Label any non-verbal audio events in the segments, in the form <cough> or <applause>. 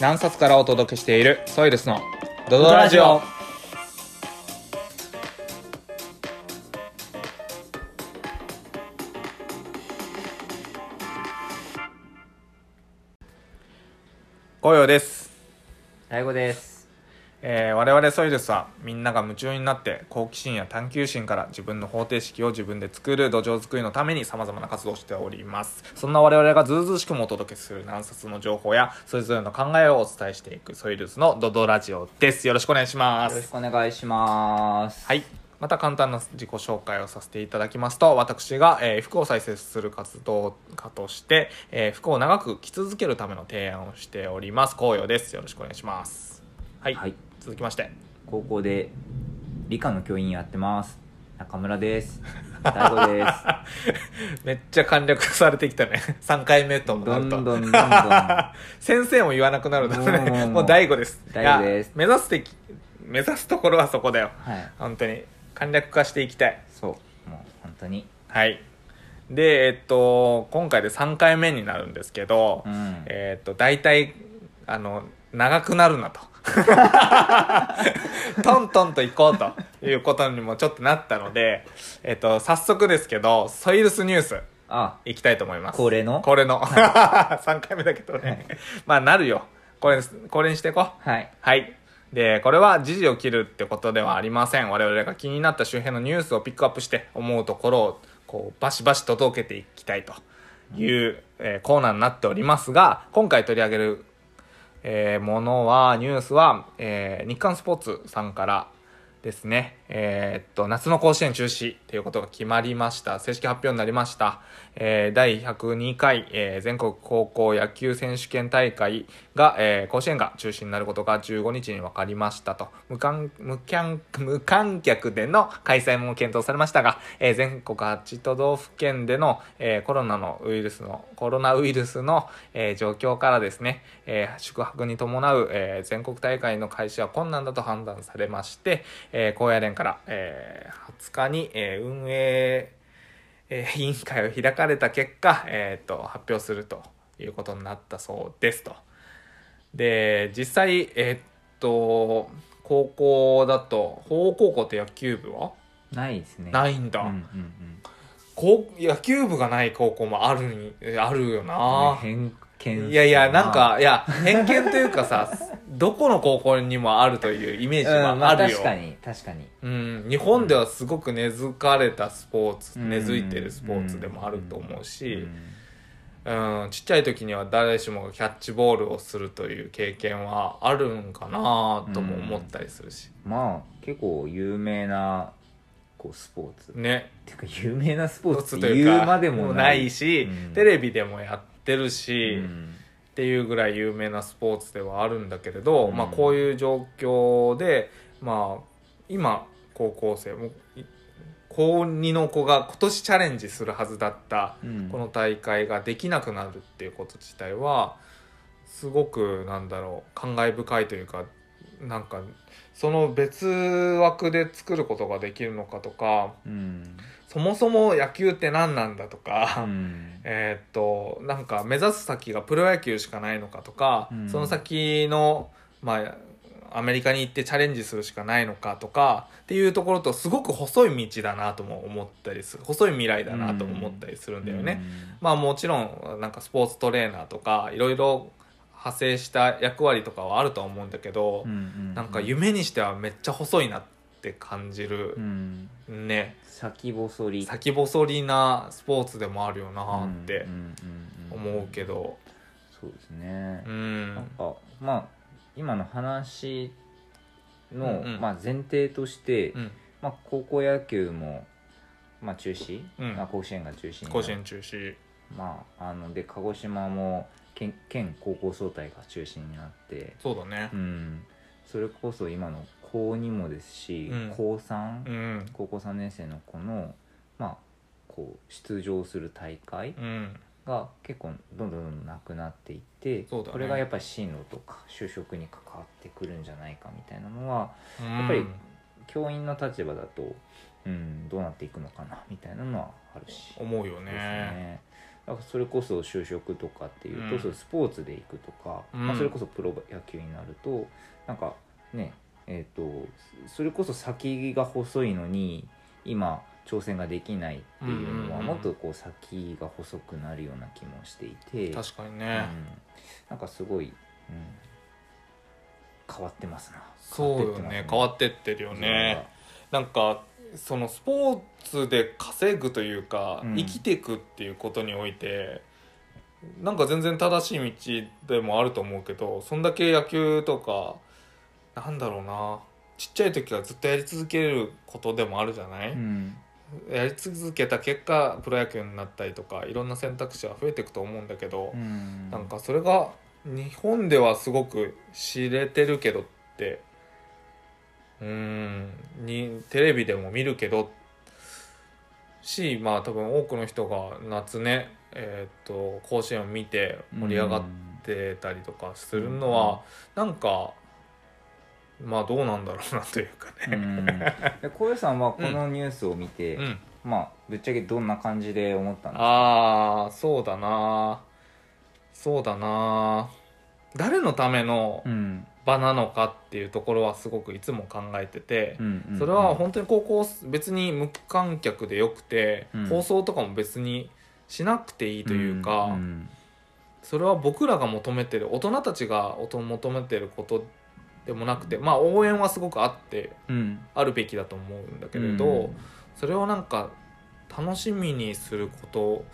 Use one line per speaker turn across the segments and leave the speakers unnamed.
南冊からお届けしているソイルスのドドラジオ紅葉です、
大悟です
えー我々ソイルスはみんなが夢中になって好奇心や探求心から自分の方程式を自分で作る土壌作りのためにさまざまな活動をしておりますそんな我々がずうずうしくもお届けする何冊の情報やそれぞれの考えをお伝えしていくソイルスのドドラジオですよろしくお願いしま
よ
す
ろしくお願いします
はい。また簡単な自己紹介をさせていただきますと、私が、えー服を再生する活動家として、えー服を長く着続けるための提案をしております。紅葉です。よろしくお願いします。はい。
はい
続きまして。
高校で理科の教員やってます中村です大
<laughs>
悟です
めっちゃ簡略されてきたね。3回
<laughs>
目ともな
ど
る
ん
と。
どんどんどん
<laughs> 先生も言わなくなるんだ
もうもう
ね。
もう
もう大悟です。
大悟です
いや目指すてき、目指すところはそこだよ。
はい
本当に。簡略化していきたい。
そうもう本当に
はい。で、えっと、今回で3回目になるんですけど、
うん
えっと、大体、あの、長くなる
<laughs>
なと。トントンと行こうということにもちょっとなったので、えっと、早速ですけど、ソイルスニュース
あ
行きたいと思います。
恒例の
恒例の。3回目だけどね。まあ、なるよ。これ、これにしていこう。
はい
はい。で、これは時事を切るってことではありません。我々が気になった周辺のニュースをピックアップして思うところをこうバシバシと届けていきたいという、えーコーナーになっておりますが、今回取り上げる、えーものは、ニュースは、えー日刊スポーツさんからですね、えーっと、夏の甲子園中止ということが決まりました。正式発表になりました。えー第102回、えー全国高校野球選手権大会が、えー甲子園が中止になることが15日に分かりましたと。無観、無観、無観客での開催も検討されましたが、えー全国8都道府県での、えーコロナのウイルスの、コロナウイルスの、えー状況からですね、えー宿泊に伴う、えー全国大会の開始は困難だと判断されまして、えー高野連から、えー20日に、えー運営、えー委員会を開かれた結果、えー、と発表するということになったそうですと。で実際えーっと高校だと法高校って野球部は
ないですねい
ないんだ、
うんうんうん
こう野球部がない高校もあるにえあるよな、
偏見
いやいやなんかいや偏見というかさどこの高校にもあるというイメー
うん
ジは
まあ
あるよ、
確かに確かに
うん、日本ではすごく根付かれたスポーツ、
うん
根付いてるスポーツでもあると思うし、
うん
うん、ちっちゃい時には誰しもがキャッチボールをするという経験はあるんかなとも思ったりするし、
まあ結構有名なこうスポーツ
ね
てか有名なスポー
一
ツ
つ
っ
と
て
いう
言う
か
までもない
し、
うん
テレビでもやってるし、
うん
っていうぐらい有名なスポーツではあるんだけれど、
うん
まあこういう状況でまあ今高校生もい高2の子が今年チャレンジするはずだった
うん
この大会ができなくなるっていうこと自体はすごくなんだろう感慨深いというかなんかその別枠で作ることができるのかとか
うん
そもそも野球って何なんだとか、
うん
えーっとなんか目指す先がプロ野球しかないのかとか、
うん
その先の、まあ、アメリカに行ってチャレンジするしかないのかとかっていうところとすごく細い道だなとも思ったりする細い未来だなとも思ったりするんだよね。まあもちろんなんかスポーツトレーナーとかいろいろ派生した役割とかはあるとは思うんだけど、
うんうん
なんか夢にしてはめっちゃ細いなって感じ
う
る、
ん
ね
先細り
先細りなスポーツでもあるよなって。
うんうんんん
思うけど
そうですね
う
なん
ん
かまあ今の話の
うんうん
まあ前提として
うん
まあ高校野球もまあ中止
うん
まあ甲子園が中止にな
甲子園中止
まああので鹿児島も県県高校総体が中心になって
そうだね
うんそれこそ今の高2もですし、
うん
高3、
うん
高校3年生の子のまあこう出場する大会
うん
が結構どんどんどんどんなくなっていって
そうだね
これがやっぱり進路とか就職に関わってくるんじゃないかみたいなのは
や
っぱり教員の立場だと、うん、どうなっていくのかなみたいなのはあるし。
思うよ
で
ね
すね。だからそれこそ就職とかっていうと、
うん
そうスポーツで行くとか、
うん
まあ、それこそプロ野球になるとなんかねえっ、とそれこそ先が細いのに今挑戦ができないっていうのは
うんうんうん
もっとこう先が細くなるような気もしていて、
確かに
う
ね、
んなんかすごい、うん変わってますな
そうよね変わってってるよねなんかそのスポーツで稼ぐというか、
うん
生きていくっていうことにおいてなんか全然正しい道でもあると思うけどそんだけ野球とかなんだろうなちっちゃい時からずっとやり続けることでもあるじゃない、
うん
やり続けた結果プロ野球になったりとかいろんな選択肢は増えていくと思うんだけど、
うん
なんかそれが日本ではすごく知れてるけどってうーんにテレビでも見るけどしまあ多分多くの人が夏ねえーっと甲子園を見て盛り上がってたりとかするのは、なんかまあどうなんだろうなというか
う
ね。
ん <laughs> で小遊さんはこのニュースを見て、
うん
まあぶっちゃけどんな感じで思ったんですか
ああそうだなそうだな誰のための
うん
場なのかっていうところはすごくいつも考えてて
う、んうん
それは本当に高校別に無観客でよくて、
うん
放送とかも別にしなくていいというか、
うん
それは僕らが求めてる大人たちがおと求めてることでもなくてまあ応援はすごくあって
うん
あるべきだと思うんだけれど、
うん
それをなんか楽しみにすること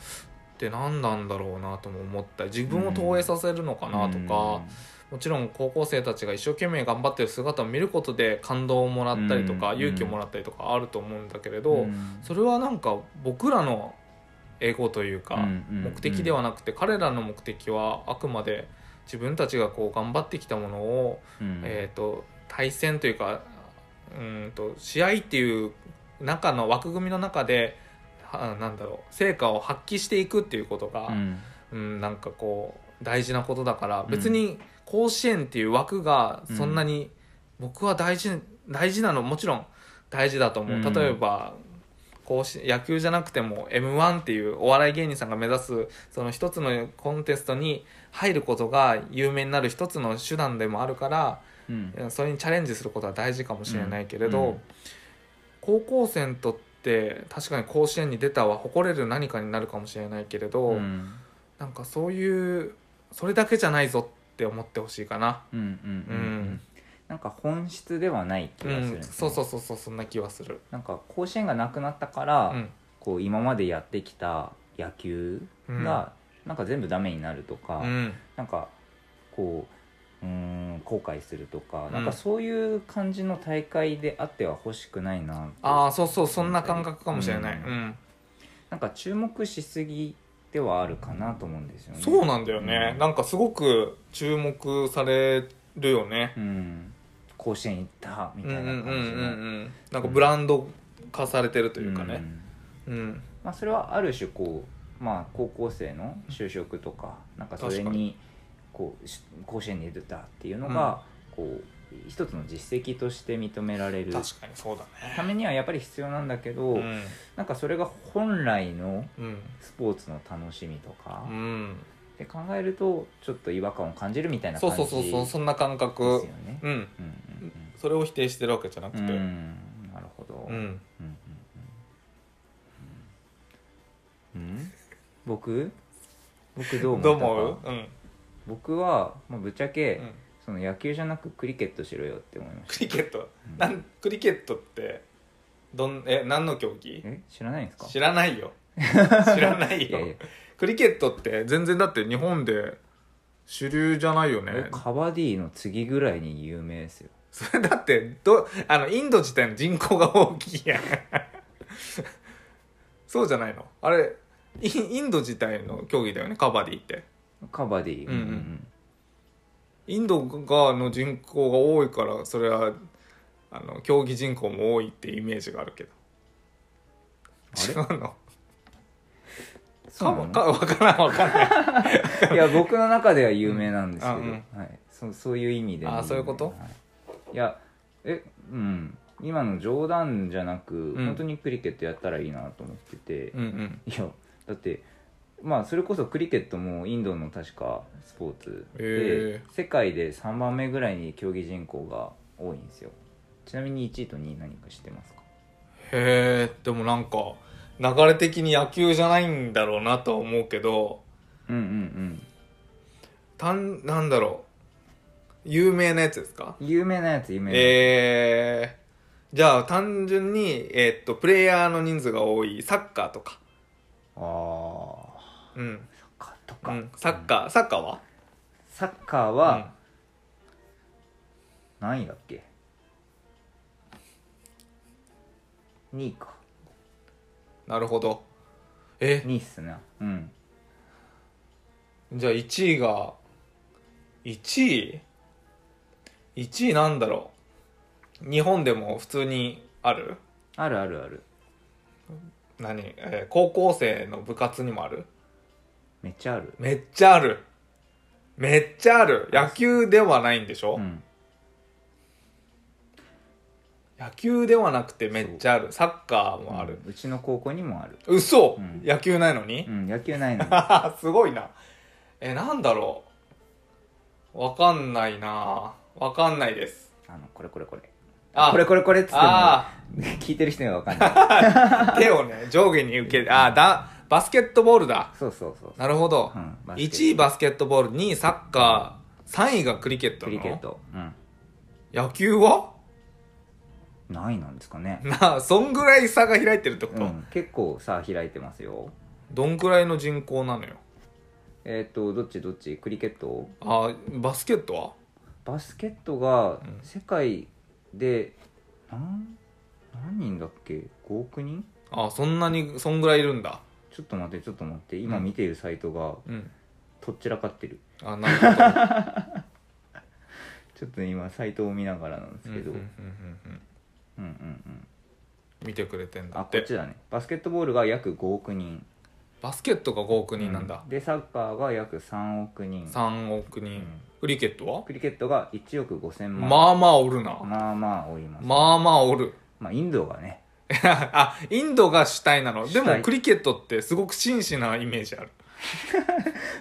って何なんだろうなとも思ったり自分を投影させるのかなとか、もちろん高校生たちが一生懸命頑張ってる姿を見ることで感動をもらったりとか、
うん
勇気をもらったりとかあると思うんだけれ
う
ど、
ん
それはなんか僕らのエゴというか、
うんうん
目的ではなくて彼らの目的はあくまで自分たちがこう頑張ってきたものを
うん
えー、と対戦というかうーんと試合っていう中の枠組みの中ではなんだろう成果を発揮していくっていうことが、う
うんん
なんかこう大事なことだから
うん
別に甲子園っていう枠がそんなに僕は大事大事なのもちろん大事だと思
うん
う例えば甲子野球じゃなくても m 1っていうお笑い芸人さんが目指すその一つのコンテストに入ることが有名になる一つの手段でもあるから
うん
それにチャレンジすることは大事かもしれないけれど、
うんうん
高校生にとって確かに甲子園に出たは誇れる何かになるかもしれないけれど、
うん
なんかそういうそれだけじゃないぞって思ってほしいかな、
うんうんうんうんなんか本質ではない気
う
がするん
ん、
ですね
そうそうそうそうそんな気はする、
なんか甲子園がなくなったか
う
ら、
ん、
こう今までやってきた野球が、なんか全部ダメになるとか、
うん
なんかこううーん後悔するとか、
ん
なんかそういう感じの大会であっては欲しくないなと
ああそうそうそんな感覚かもしれない、
う
うん
なんか注目しすぎではあるかなと思うんですよね
そうなんだよね、
うん
なんかすごく注目されるよね
うん甲子園行ったみ
うん
た
う
い
んう
なん
う
感
んう
じの
んなんかブランド化されてると
と
いうかね、うん
まあ、それはある種こう、まあ、高校生の就職とかなんかそれ
確か
にこうし甲子園に出たっていうのが、こう一つの実績として認められる
確かにそうだね
ためにはやっぱり必要なんだけど、
うん
なんかそれが本来の
うん
スポーツの楽しみとか、
う
っ
ん、
て考えるとちょっと違和感を感じるみたいな
そ
感
う
じ
そうそうそうそんな感覚、
ですよね。
うん
うん
それを否定してるわけじゃなく
う
て
んうんう
うん、
んなるほど。うんうんうんうんうん僕僕どう思った
どう
か
思ううん、
僕は、まあ、ぶっちゃけ、
うん、
その野球じゃなくクリケットしろよって思いまし
クリケット、
うん
なんクリケットってどんえ何の競技
たえ知らないんですか
知らない
<laughs>
よ知らない
い
よ
やいや
クリケットって全然だって日本で主流じゃないよね
えカバディの次ぐらいに有名ですよ
それだってどあのインド自体の人口が大きい
<laughs>
やんそうじゃないのあれインインド自体の競技だよねカバディって
カバディ
うんうんインドがの人口が多いからそれはあの競技人口も多いってイメージがあるけど違
あれ
うの
そ
か
うなの
もか分からん分から
<laughs>
ない
いや僕の中では有名なんですけど、
うんあ
はい、そうそういう意味でも
あそういうこと
はい、いやえうん今の冗談じゃなく、
うん
本当にクリケットやったらいいなと思ってて、
うん
いやだってまあ、それこそクリケットもインドの確かスポーツで、
へえ
世界で3番目ぐらいに競技人口が多いんですよちなみに1位と2位何か知ってますか
へえでもなんか流れ的に野球じゃないんだろうなとは思うけど
うんうん
たんなんだろう有名なやつですか
うん有名なやつ有名なや
えー、じゃあ単純に、えーっとプレイヤーの人数が多いサッカーとか、
つ、あ
うん
あサッカーと
う
か、
ん、サッカー、サッカーは
サッカーは何位だっけ、2位か
うんなるほどえ
2位っすねうん
じゃあ1位が1位 ?1 位なんだろう日本でも普通にある
あるあるある
何、えー高校生の部活にもある
めっちゃある
めっちゃあるめっちゃある野球ではないんでしょ、
うん
野球ではなくてめっちゃあるサッカーもある、
うんうちの高校にも
<laughs>
ある
嘘、
うん
野球ないのに、
うん野球ないの
<laughs> すごいな。え、なんだろう。わかんないなわかんないです。
あのこれこれこれ
あ
これこれこれっつっても
あ
<laughs> 聞いてる人には
<laughs>
分かんない
あ、手をね、上下に受け、あーだ、バスケットボールだ。
そうそうそう
なるほど。
うんバスケ
1位バスケットボール、2位サッカー、3位がクリケット
ク
なの
リケット、うん、
野球は <laughs>
ないなんですかね、
なあ、そんぐらい差が開いてるってこと、
うん、結構さ開いてますよ
どんくらいの人口なのよ。
えっ、とどっちどっちクリケット
あーバスケットは
バスケットが
うん
世界で、なん何人だっけ5億人
あーそんなに、そんぐらいいるんだ。
ちょっと待ってちょっと待って今見てるサイトが
うん。
とっちらかってる
あな
<laughs>
るほど。
ちょっと今サイトを見ながらなんですけど、
う
う
うん
んん、
うんうんうん
うんうん
見てくれてんだ
あ
っ
こ
て
っちだねバスケットボールが約5億人
バスケットが5億人なんだ
う、でサッカーが約3億人
3億人、
うん
クリケットは、
クリケットが1億5000万
まあまあおるな、
まあまあおります、
まあまあおる
まあインドがね
あインドが主体なので
主
も
体
クリケットってすごく真摯なイメージある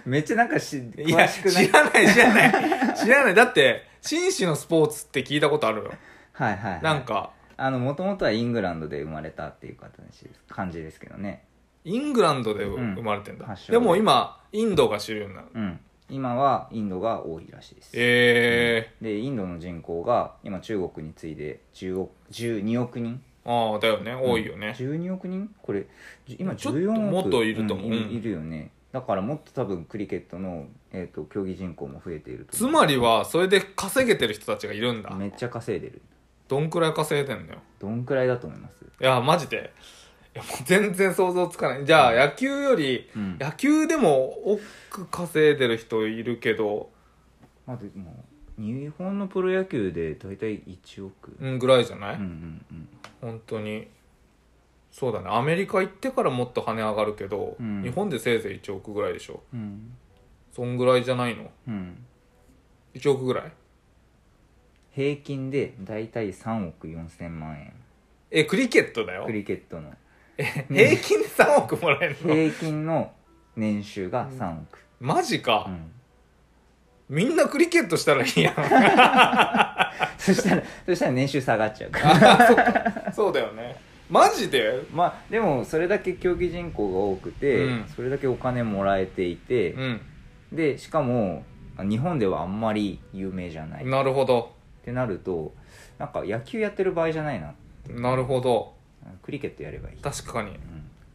めっちゃなんかし
いや
詳しくない
知らない知らない
<laughs>
知らないだって紳士のスポーツって聞いたことあるよ
はいはい、はい、
なんか
あのもともとはイングランドで生まれたっていう形です感じですけどね
イングランドで
うん
生まれてんだ、
発祥
で
で
も今インドが主流なの
うん今はインドが多いらしいです
え
でインドの人口が今中国に次いで10億12億人
ー、ああだよね多いよね、
12億人これじ今
ちょっと
14億
もっといると思う
いいるよねだからもっと多分クリケットの、えー、と競技人口も増えていると
つ
思う
まりはそれで稼げてる人たちがいるんだ、
めっちゃ稼いでる
どんくらい稼いでんのよ
どんくらいだと思います
いや、マジで。いや、もう全然想像つかない。じゃあ、野球より、
うん
野球でも億稼いでる人いるけど、
まあでも日本のプロ野球で大体1億
うん、ぐらいじゃない、
うんうんうん
本当に。そうだね。アメリカ行ってからもっと跳ね上がるけど、
うん
日本でせいぜい1億ぐらいでしょ。
うん
そんぐらいじゃないの
うん、
?1 億ぐらい
平均で大体3億4千万円
え、クリケットだよ
ク。リケットの
<laughs> 平均で3億もらえるの
平均の年収が3億、
マジ
う
か、
ん、 <laughs>
みんなクリケットしたらいいやん。
そしたらそしたら年収下がっちゃうから
あそっか。そうだよね。マジで
まあでもそれだけ競技人口が多くて、
うん
それだけお金もらえていて
う、ん。
でしかも日本ではあんまり有名じゃない、っ
なるほど。
てなるとなんか野球やってる場合じゃないな
なるほど。
クリケットやればいい、うん、
確かに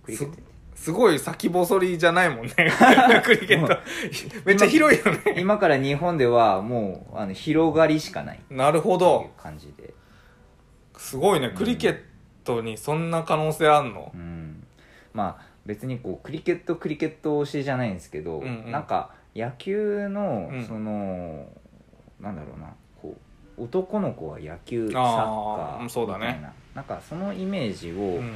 クリケット
すごい先細りじゃないもんね <laughs> クリケットめっちゃ広いよね
今から日本ではもうあの広がりしかないっ
なるほ
てい
ど
う感じで、
すごいねクリケットにそんな可能性あんの
うん、まあ別にこうクリケットクリケット推しじゃないんですけど、
うんうん
なんか野球の
うん
その、なんだろうなこう男の子は野球サッカ
あー
ーみたいな
そうだね
なんかそのイメージ
う
を、
ん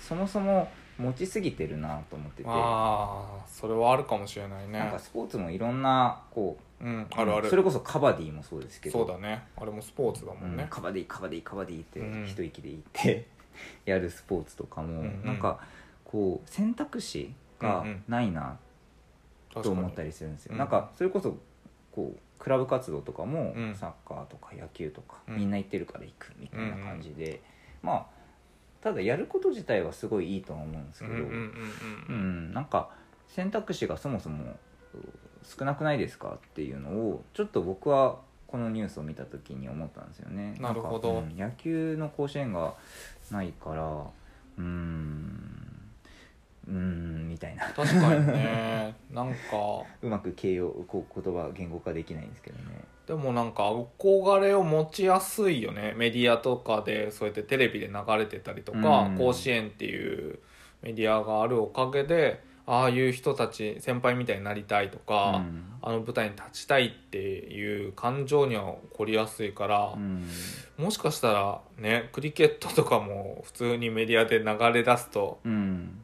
そもそも持ちすぎてるなと思っててな
ああそれはあるかもしれない
ん
ね
かスポーツもいろんなこう
うんあるあ
そ
る
れこそカバディもそうですけど
そうだねあれもスポーツだもん
うん
ね
カバディカバディカバディって
うん
一息で言って、やるスポーツとかも、
うんうん
なんかこう選択肢がないなっ
確か
と
に
思ったりするんですよ、
うん
なんかそれこそこうクラブ活動とかも、
うん
サッカーとか野球とか、
うん
みんな行ってるから行くみたいな感じで、まあただやること自体はすごいいいとは思うんです
う
け
ん
ど、
うんうん
う
うん
ん、なんか選択肢がそもそも少なくないですかっていうのをちょっと僕はこのニュースを見た時に思ったんですよね。
なるほど
んかうん野球の甲子園がないからうーんうーんみたいな
確かにね <laughs> なんか
うまく形容こう言葉言語化できないんですけどね。
でもなんか憧れを持ちやすいよねメディアとかでそうやってテレビで流れてたりとか、
うん
甲子園っていうメディアがあるおかげでああいう人たち先輩みたいになりたいとか、
うん
あの舞台に立ちたいっていう感情には起こりやすいから、
うん
もしかしたらねクリケットとかも普通にメディアで流れ出すと
うん、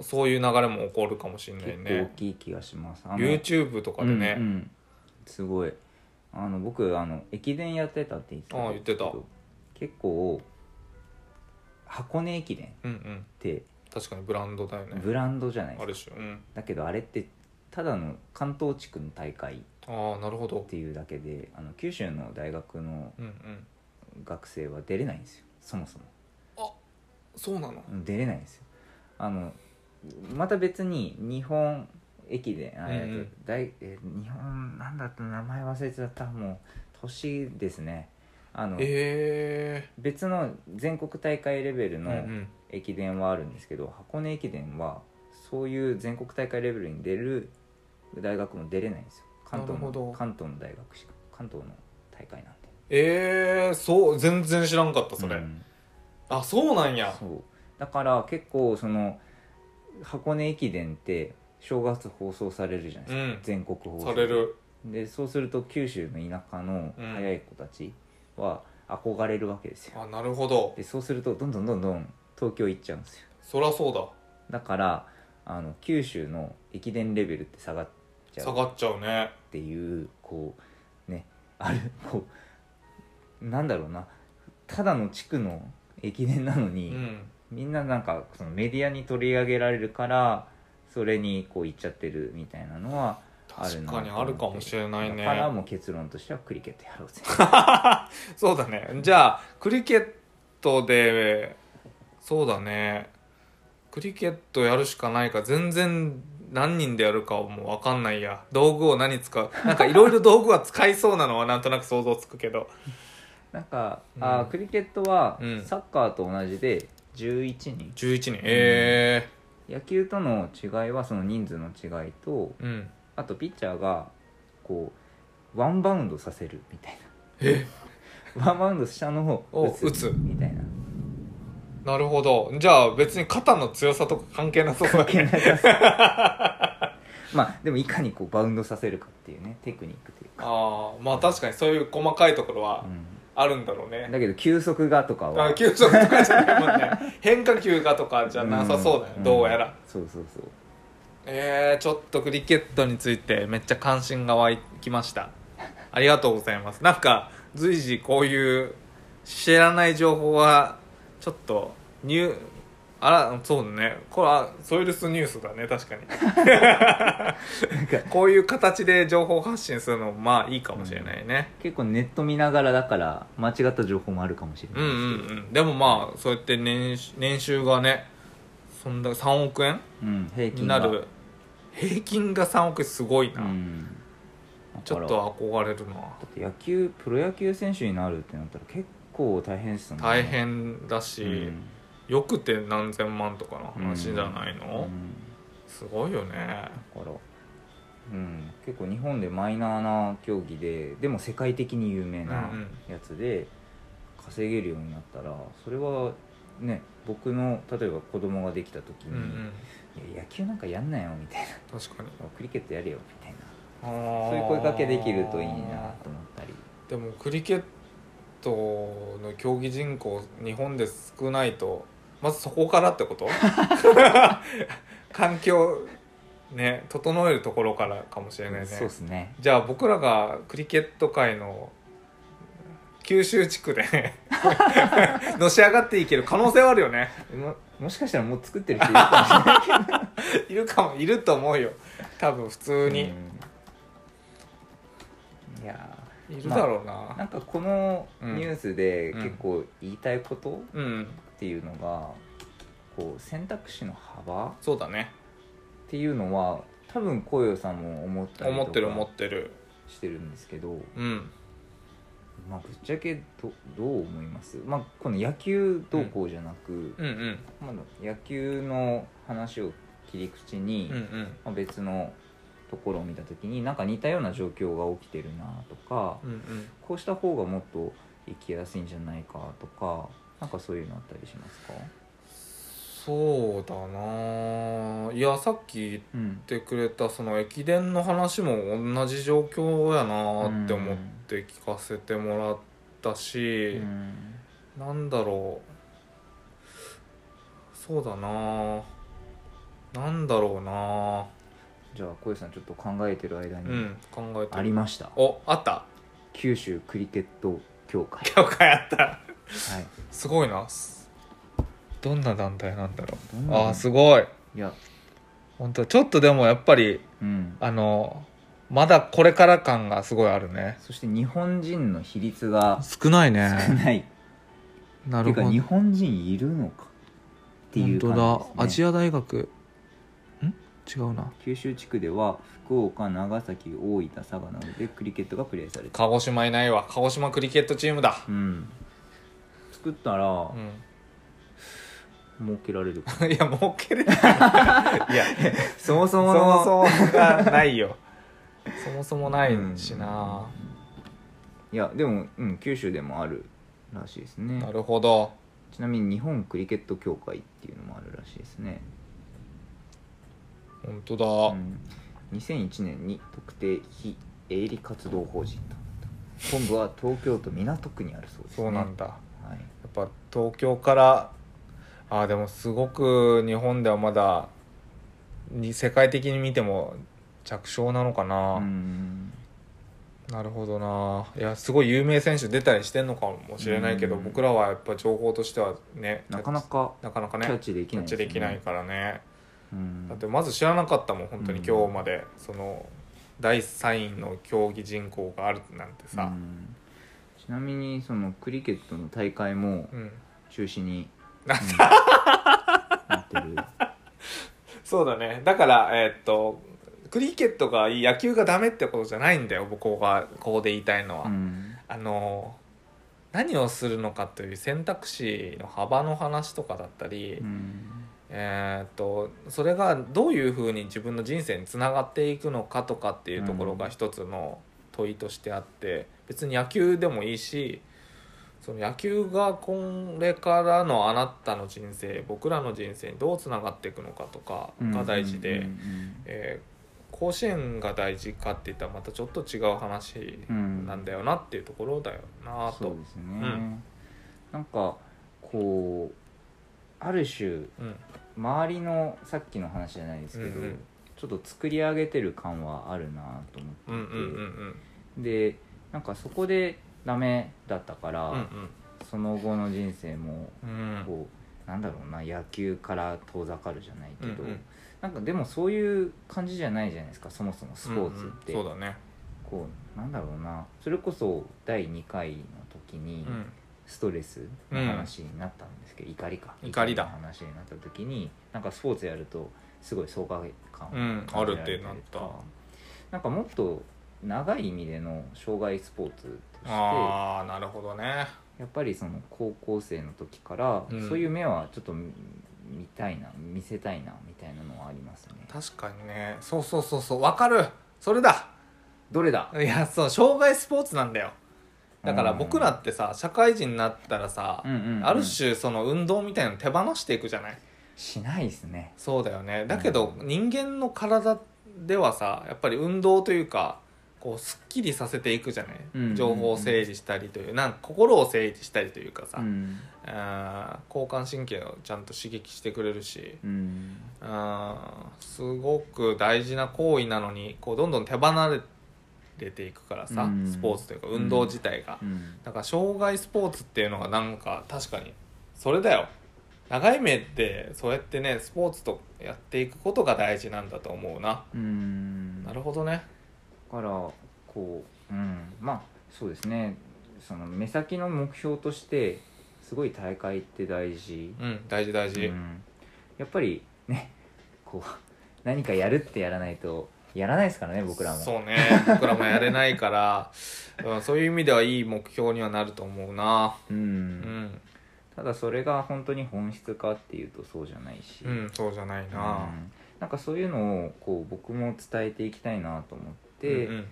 そういう流れも起こるかもしれな
結
い
構大
ね
きい気がします。あの
YouTube とかでね、
うんうんすごいあの僕あの駅伝やってたって言って
ああ
んですけど
言って
結構箱根駅伝っ
うんうん
て
確かにブランドだよね
ブランドじゃないで
あ
す
る
か、
種うん
だけどあれってただの関東地区の大会っ
ああなるほど
ていうだけであの九州の大学の
うんうん
学生は出れないんですよそもそも
そうなの
うん出れないんですよあのまた別に日本駅伝あ、えっと
うんうん
大えー日本なんだった名前忘れちゃったもう年ですねあの
え
別の全国大会レベル
え
の駅伝はあるんですけど、箱根駅伝はそういう全国大会レベルに出る大学も出れないんですよ関東
なるほど
の関東の大学しか関東の大会なんで
ええそう全然知らんかったそれ、
うん
あそうなんや
そうだから結構その箱根駅伝って正月放送されるじゃないですか、
うん
全国放送
される
でそうすると九州の田舎の早い子たちは憧れるわけですよ、
あなるほど
でそうするとどんどんどんどん東京行っちゃうんですよ
そりゃそうだ
だからあの九州の駅伝レベルって下がっちゃ
下
うっ
がっちゃうね
ていうこうねあるこうなんだろうなただの地区の駅伝なの
う
に、
ん
みんななんかそのメディアに取り上げられるからそれにこう行っちゃってるみたいなのはある
確
な
かにあるかもしれないね
だからもう結論としてはクリケットやろ
<laughs>
うぜ
そうだねじゃあクリケットでそうだねクリケットやるしかないか全然何人でやるかはもう分かんないや道具を何使うなんかいろいろ道具は使いそうなのはなんとなく想像つくけど
なんか、
うん
あークリケットは
うん
サッカーと同じで11人、
11人え
野球との違いはその人数の違いと
えうん
あとピッチャーがこうワンバウンドさせるみたい
え
な <laughs> ワンバウンド下の方
お
打
打つ
つみたいな
なるほどじゃあ別に肩の強さとか関係なさ <laughs> そうだね
まあでもいかにこう <laughs> バウンドさせるかっていうねテクニックというか、
ああまあ確かにそういう細かいところは
う
あるんだろうね
ん、だけど球速がとかは
あ球速とかじゃないもんね変化球がとかじゃなさそうだよ、
ん
どうやら
そうそうそう
えー、ちょっとクリケットについてめっちゃ関心が湧きましたありがとうございますなんか随時こういう知らない情報はちょっとニューあらそうだねこれはソイルスニュースだね確かに <laughs> こういう形で情報発信するのもまあいいかもしれないね、
結構ネット見ながらだから間違った情報もあるかもしれ
う、
なんい
うん
です
うんでもまあそうやって年収年収がねそんだ3億円
けど、うん、平
に
均
な
が
る平均が3億円すごいうな、
ん
ちょっと憧れるな
だって野球プロ野球選手になるってなったら結構大変ですよね
大変だし、
うん
よくて何千万とかの話じゃないうの、
ん
すごいよね
だから、うん、結構日本でマイナーな競技ででも世界的に有名な
うん
やつで稼げるようになったらそれはね僕の例えば子供ができた
う
時に
ん、うん
いや野球なんかやんなよみたいな <laughs>
確かに
クリケットやれよみたいな
そ
そういう声かけできるといいなと思ったり
でもクリケットの競技人口日本で少ないとまずそこからってこと
<laughs>
環境ね整えるところからかもしれないね
そうですね
じゃあ僕らがクリケット界の九州地区で <laughs> のし上がっていける可能性はあるよね <laughs>
ももしかしたらもう作ってる人いるかもしれないけ
い
ど
るかもいると思うよ多分普通に
うんいや
い
ー
るだろうな、
まあなんかこのニュースで
うん
結構言いたいことっ
うん
ていうのが、こう選択肢の幅っ
そうだね
ていうのは多分紅葉さんも思ったり
思ってる思
と
っ
か
てる
してるんですけど、
うん
まあ、ぶっちゃけどどう思います、まあ、この野球どうこうじゃなく、
うんうん
まあ、野球の話を切り口に、
うんうん
まあ、別のところを見た時になんか似たような状況が起きてるなとか、
うんうん
こうした方がもっと生きやすいんじゃないかとかなんかそういうのあったりしますか、
そうだなあいやさっき言っ
うん、
てくれたその駅伝の話も同じ状況やなあって思って聞かせてもらったし、
うん
なんだろうそうだななんだろうな
じゃあ小石さんちょっと考えてる間
う
に
ん考えて
ありました、
おあった
九州クリケット協会、
<laughs> 教会あった
はい、
すごいなすどんな団体なんだろ
どん
う
なの
あーすごい
いや
本当ちょっとでもやっぱり
うん
あのまだこれから感がすごいあるね
そして日本人の比率が
少ない
少
ね
ない
な
て
る
いう
ほ
か
ど
日本人いるのかっていう感じ
本当だア
です、ね、
ジア大学ん違うな
九州地区では福岡長崎大分佐賀などでクリケットがプレーされてる、
鹿児島いないわ鹿児島クリケットチームだ
うん、作ったら
う
儲けら
<laughs>
れるか
んいや儲けれない
<laughs>
いや
そもそ
そ
も
も
の
そもがない
<laughs>
よそもそもないしな、
いやでも、うん、九州でもあるらしいですね
なるほど
ちなみに日本クリケット協会っていうのもあるらしいですね、
本当だ、
うん、2001年に特定非営利活動法人と本部は東京都港区にあるそうですね
そうなんだ、や
はい、
っぱ東京からあーでもすごく日本ではまだに世界的に見ても着床なのかな、
うん
なるほどないやすごい有名選手出たりしてんのかもしれないけど、
うん
僕らはやっぱ情報としてはね
なかなか
なかなか
キャッ
ね
チでき
キャッ
ない
チ
すよ
で
ね
きないからね
うん
だってまず知らなかったもん本当に
うん
今日まで、その第3位の競技人口があるなんてさ
う、んちなみにそのクリケットの大会も
うん
中止
<laughs>
に、
な
うんなってる
そうだねだからえーっとクリケットがいい野球がダメってことじゃないんだよ僕がここで言いたいのは、
うん
あの何をするのかという選択肢の幅の話とかだったり、
うん
えーっとそれがどういうふうに自分の人生につながっていくのかとかっていうところが一つの問いとしてあって、別に野球でもいいしその野球がこれからのあなたの人生僕らの人生にどうつながっていくのかとかが大事で、
うん
えー甲子園が大事かって言ったらまたちょっと違う話
うん
なんだよなっていうところだよなと。
そうですね、
ん
なんかこうある種
うん
周りのさっきの話じゃないですけど、
うんうん
ちょっと作り上げてる感はあるなと思っていて、
うんうんうん
でなんかそこでダメだったから、
うんうん
その後の人生も
うん
こうなんだろうな野球から遠ざかるじゃないけど、
うんうん
なんかでもそういう感じじゃないじゃないですかそもそもスポーツって、
うんうんそうだね、
こうなんだろうなそれこそ第2回の時に
うん
ストレスの話になったんですけど、怒りか
怒りだ
の話になった時になんかスポーツやるとすごい爽快感を
うん
感じられりとか
あるってなった
なんかもっと長い意味での障害スポーツとしてや
ああなるほどね
っぱりその高校生の時から、
うん
そういう目はちょっと見見たいな見せたいなみたいなのはありますね
確かにねそうそうそうそうわかるそれだ
どれだ
いやそう障害スポーツなんだよだから
うん
僕らってさ社会人になったらさ、
うんうんうん
ある種その運動みたいなの手放していくじゃない
しないですね
そうだよねだけど人間の体ではさやっぱり運動というかこうすっきりさせていくじゃない、
うんうんうん
情報を整理したりというなんか心を整理したりというかさ、
うん
あー交感神経をちゃんと刺激してくれるし
うん
あーすごく大事な行為なのにこうどんどん手離れていくからさ、
うん
スポーツというか運動自体が、
うん
だから障害スポーツっていうのがなんか確かにそれだよ長い目ってそうやってねスポーツとやっていくことが大事なんだと思うな
うん
なるほどね
だからこう、うん、まあそうですねその目先の目標としてすごい大会って大事、
うん大事大
う
事、
ん、やっぱりねこう何かやるってやらないとやらないですからね僕らも
そうね僕らもやれないから、 <laughs> うん、そういう意味ではいい目標にはなると思うな
う、
うんん
ただそれが本当に本質かっていうとそうじゃないし、
うんそうじゃないうなん
なんかそういうのをこう僕も伝えていきたいなと思って、
うんうん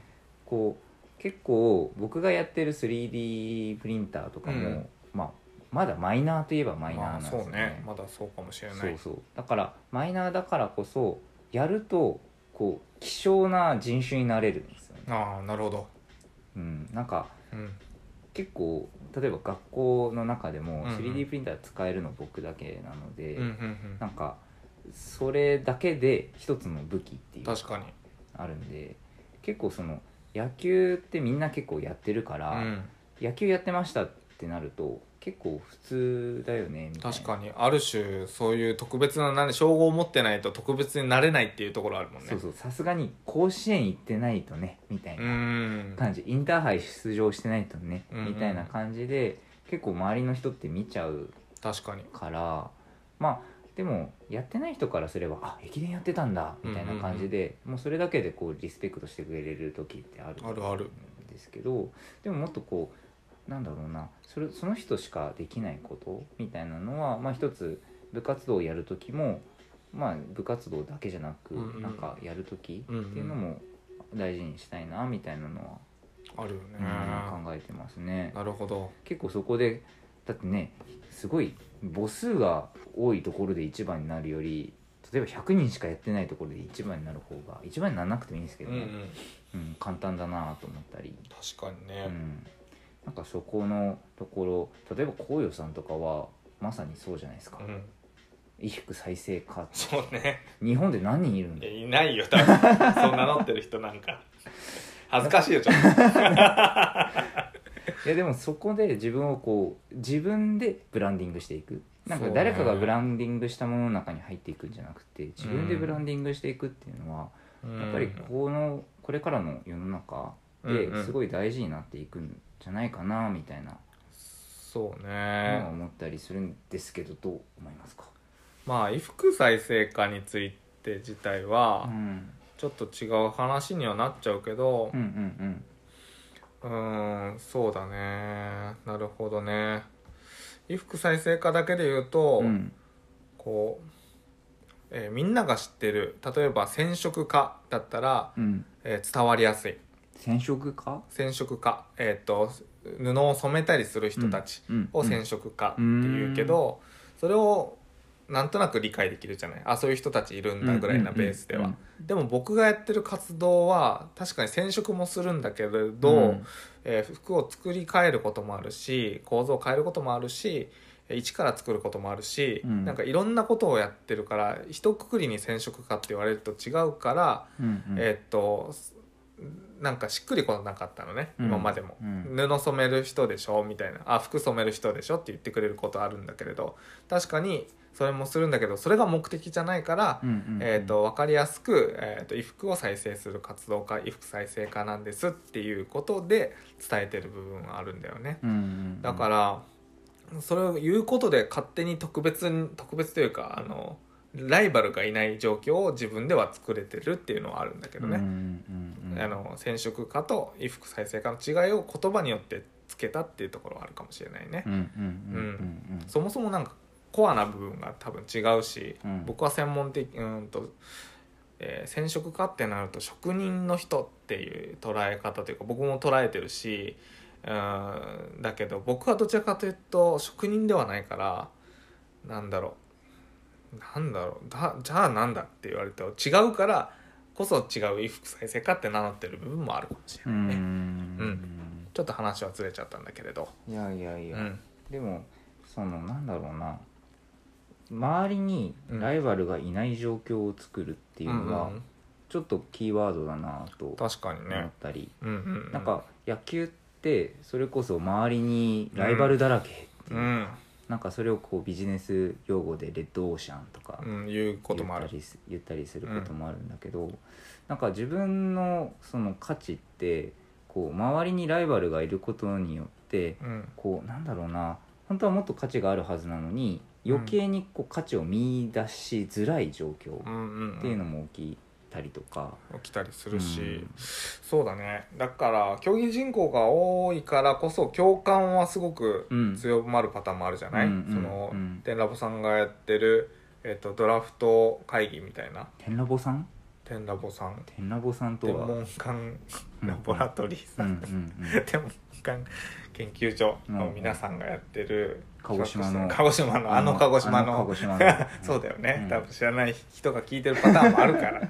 こう結構僕がやってる 3D プリンターとかも、
うん
まあ、まだマイナーといえばマイナー
ま
な
あ
んです
そ
よ
うね
ね,、
まだそうかもしれな
そう
い
そうだからマイナーだからこそやるとこう希少な人種になれるんですよね、
ああなるほど
うん、なんか
うん
結構例えば学校の中で
うん
も
うん
3D プリンター使えるの僕だけなので、
うんうん
なんかそれだけで一つの武器って
う
い
ん
うの
確かに
があるんで結構その野球ってみんな結構やってるか
う
ら、
ん
野球やってましたってなると結構普通だよねみたいな
確かにある種そういう特別な何称号を持ってないと特別になれないっていうところあるもんね
そうそうさすがに甲子園行ってないとねみたいなん感じ、インターハイ出場してないとね、
うんうん
みたいな感じで結構周りの人って見ちゃう
確かに
からまあでもやってない人からすればあ駅伝やってたんだみたいな感じで、もうそれだけでこうリスペクトしてくれる時ってある
あるある
んですけどでももっとこうなんだろうなそれその人しかできないことみたいなのは、まあ、一つ部活動をやる時も、まあ、部活動だけじゃなく、
うんうん
なんかやる時
うんうん
っていうのも大事にしたいなみたいなのは、
あるよね
うん考えてますね。
なるほど
結構そこでだってねすごい母数が多いところで1番になるより例えば100人しかやってないところで1番になる方が1番にならなくてもいいんですけ
うん
ど
う
ね、
ん
うん簡単だなと思ったり、
確かに
う
ね
ん、なんかそこのところ例えば紅葉さんとかはまさにそうじゃないですか
う、ん
衣服再生か
そうね
日本で何人いるん
い
だ
やいないよ多分そう名乗ってる人なんか恥ずかしいよちょっと
いやでもそこで自分をこう自分でブランディングしていくなんか
そうね
誰かがブランディングしたものの中に入っていくんじゃなくて自分でブランディングしていくっていうのは、 <laughs> やっぱりこのこれからの世の中
うんう
で
ん
すごい大事になっていくんじゃないかなみたいな
そう
のは
ね
思ったりするんですけどどう思いますか、
まあ衣服再生化について自体
う
は
ん、
ちょっと違う話にはなっちゃうけど
うんうん
うーんそうだねなるほどね衣服再生化だけで言うと、
うんうん
こう、えーみんなが知ってる例えば染色化だったら、
うん
えー伝わりやすい
染色か
染色化えっ、と布を染めたりする人たち
うん
を染色化っていうけど、それをなんとなく理解できるじゃないあそういう人たちいるんだぐらいなベースでは、でも僕がやってる活動は確かに染色もするんだけれど、えー服を作り変えることもあるし構造を変えることもあるしえー一から作ることもあるし、
うん
なんかいろんなことをやってるから一括りに染色化って言われると違うから、えーっとすなんかしっくりこなかったのね、
うん
今までも、
うん
布染める人でしょみたいなあ服染める人でしょって言ってくれることあるんだけれど確かにそれもするんだけどそれが目的じゃないから、えー、と分かりやすく、えー、と衣服を再生する活動家衣服再生家なんですっていうことで伝えてる部分はあるんだよねだかららそれを言うことで勝手に特別に特別というかあのライバルがいない状況を自分では作れてるっていうのはあるんだけどね、あの染色家と衣服再生家の違いを言葉によってつけたっていうところはあるかもしれないね、
うんうんうんうん
そもそもなんかコアな部分が多分違うし、
うん
僕は専門的うんと、えー染色家ってなると職人の人っていう捉え方というか僕も捉えてるしうんだけど僕はどちらかというと職人ではないからなんだろうなんだろうだじゃあなんだって言われて違うからこそ違う衣服再生家って名乗ってる部分もあるかもしれ
う
ないね、
ん
ちょっと話はずれちゃったんだけれど、
いやいやいうや、
ん、
でもそのなんだろうな周りにライバルがいない状況を作るっていうの
う
は
んうん
ちょっとキーワードだなと思っ
確かにね、
たり、
うんうんうん
なんか野球ってそれこそ周りにライバルだらけって
う
いうんなんかそれをこうビジネス用語でレッドオーシャンとか
うん、いうこと
言
も
っ
あ
た
る
りす言ったりすることもあるんだけど、なんか自分のその価値ってこう周りにライバルがいることによって
うん
こうなんだろうな本当はもっと価値があるはずなのに余計にこう価値を見出しづらい状況
うんうん
っていうのも起きたりとか、
起きたりするし、
うん
そうだねだから競技人口が多いからこそ共感はすごく
うん
強まるパターンもあるじゃない、
うんうん
その、
うん
テンラボさんがやってる、えっとドラフト会議みたいな
天ラボさん
テンラボさん
天ラボさんと
天
は、
文館ラボラトリー
う
さ、
んうんん
<laughs> 天文館研究所の皆さんがやってる、
うんうん鹿児島の
鹿児島
うん、
のあの鹿児島の
あ鹿児島
<laughs> そうだよね、
うん
多分知らない人が聞いてるパターンもあるから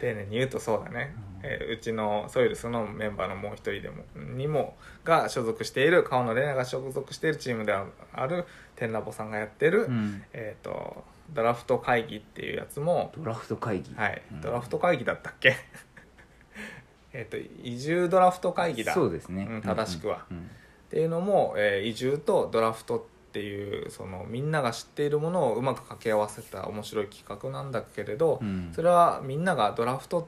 丁寧に言うとそうだね、
うん
えーうちのソイルスのメンバーのもう一人でもにもが所属している川野玲奈が所属しているチームである天ラボさんがやって <laughs> る、
うん
えっ、とドラフト会議っていうやつも、
ドラフト会議
はい
うん、
ドラフト会議だったっけ <laughs> えっと移住ドラフト会議だ
そうですね、
うん正しくは
うんう
っ
ん
ていうのも、えー移住とドラフトっていうそのみんなが知っているものをうまく掛け合わせた面白い企画なんだけれど、
うん
それはみんながドラフト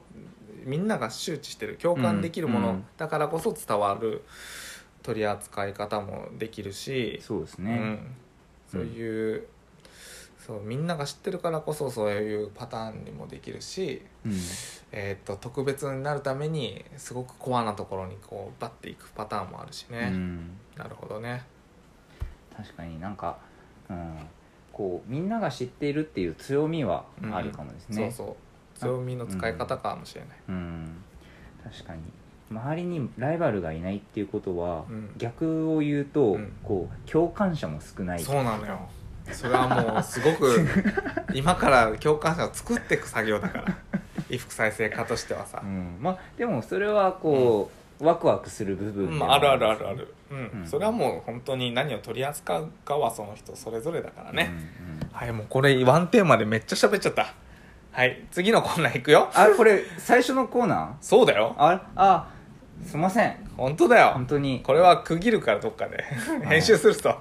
みんなが周知してる共感できるも
う
の
ん
だからこそ伝わる取り扱い方もできるし、
そうです
う
ね、
ん、そういう,、そうみんなが知ってるからこそそういうパターンにもできるし、
うん
えー、と特別になるためにすごくコアなところにこうバッていくパターンもあるし
う
ね。
ん、
なるほどね
確かになんか、うん、こうみんなが知っているっていう強みはあるかもですね、
そうそう強みの使い方かもしれない、
うん確かに周りにライバルがいないっていうことは、
うん
逆を言うと、
うん
こう共感者も少ない
そうなのよそれはもうすご
<laughs>
く今から共感者を作っていく作業だから衣服再生家としてはさ
う、ん、まあでもそれはこう、ワクワクする部分
うん
でも
あるあるあ
んです
る
よ
ある、うん
うん
それはもう本当に何を取り扱うかはその人それぞれだからね、
うんうん
はいもうこれワンテーマでめっちゃ喋っちゃったはい次のコーナー行くよ
あれこれ最初のコーナー
そうだよ
ああすいません
本当だよ
本当に
これは区切るからどっかで編集すると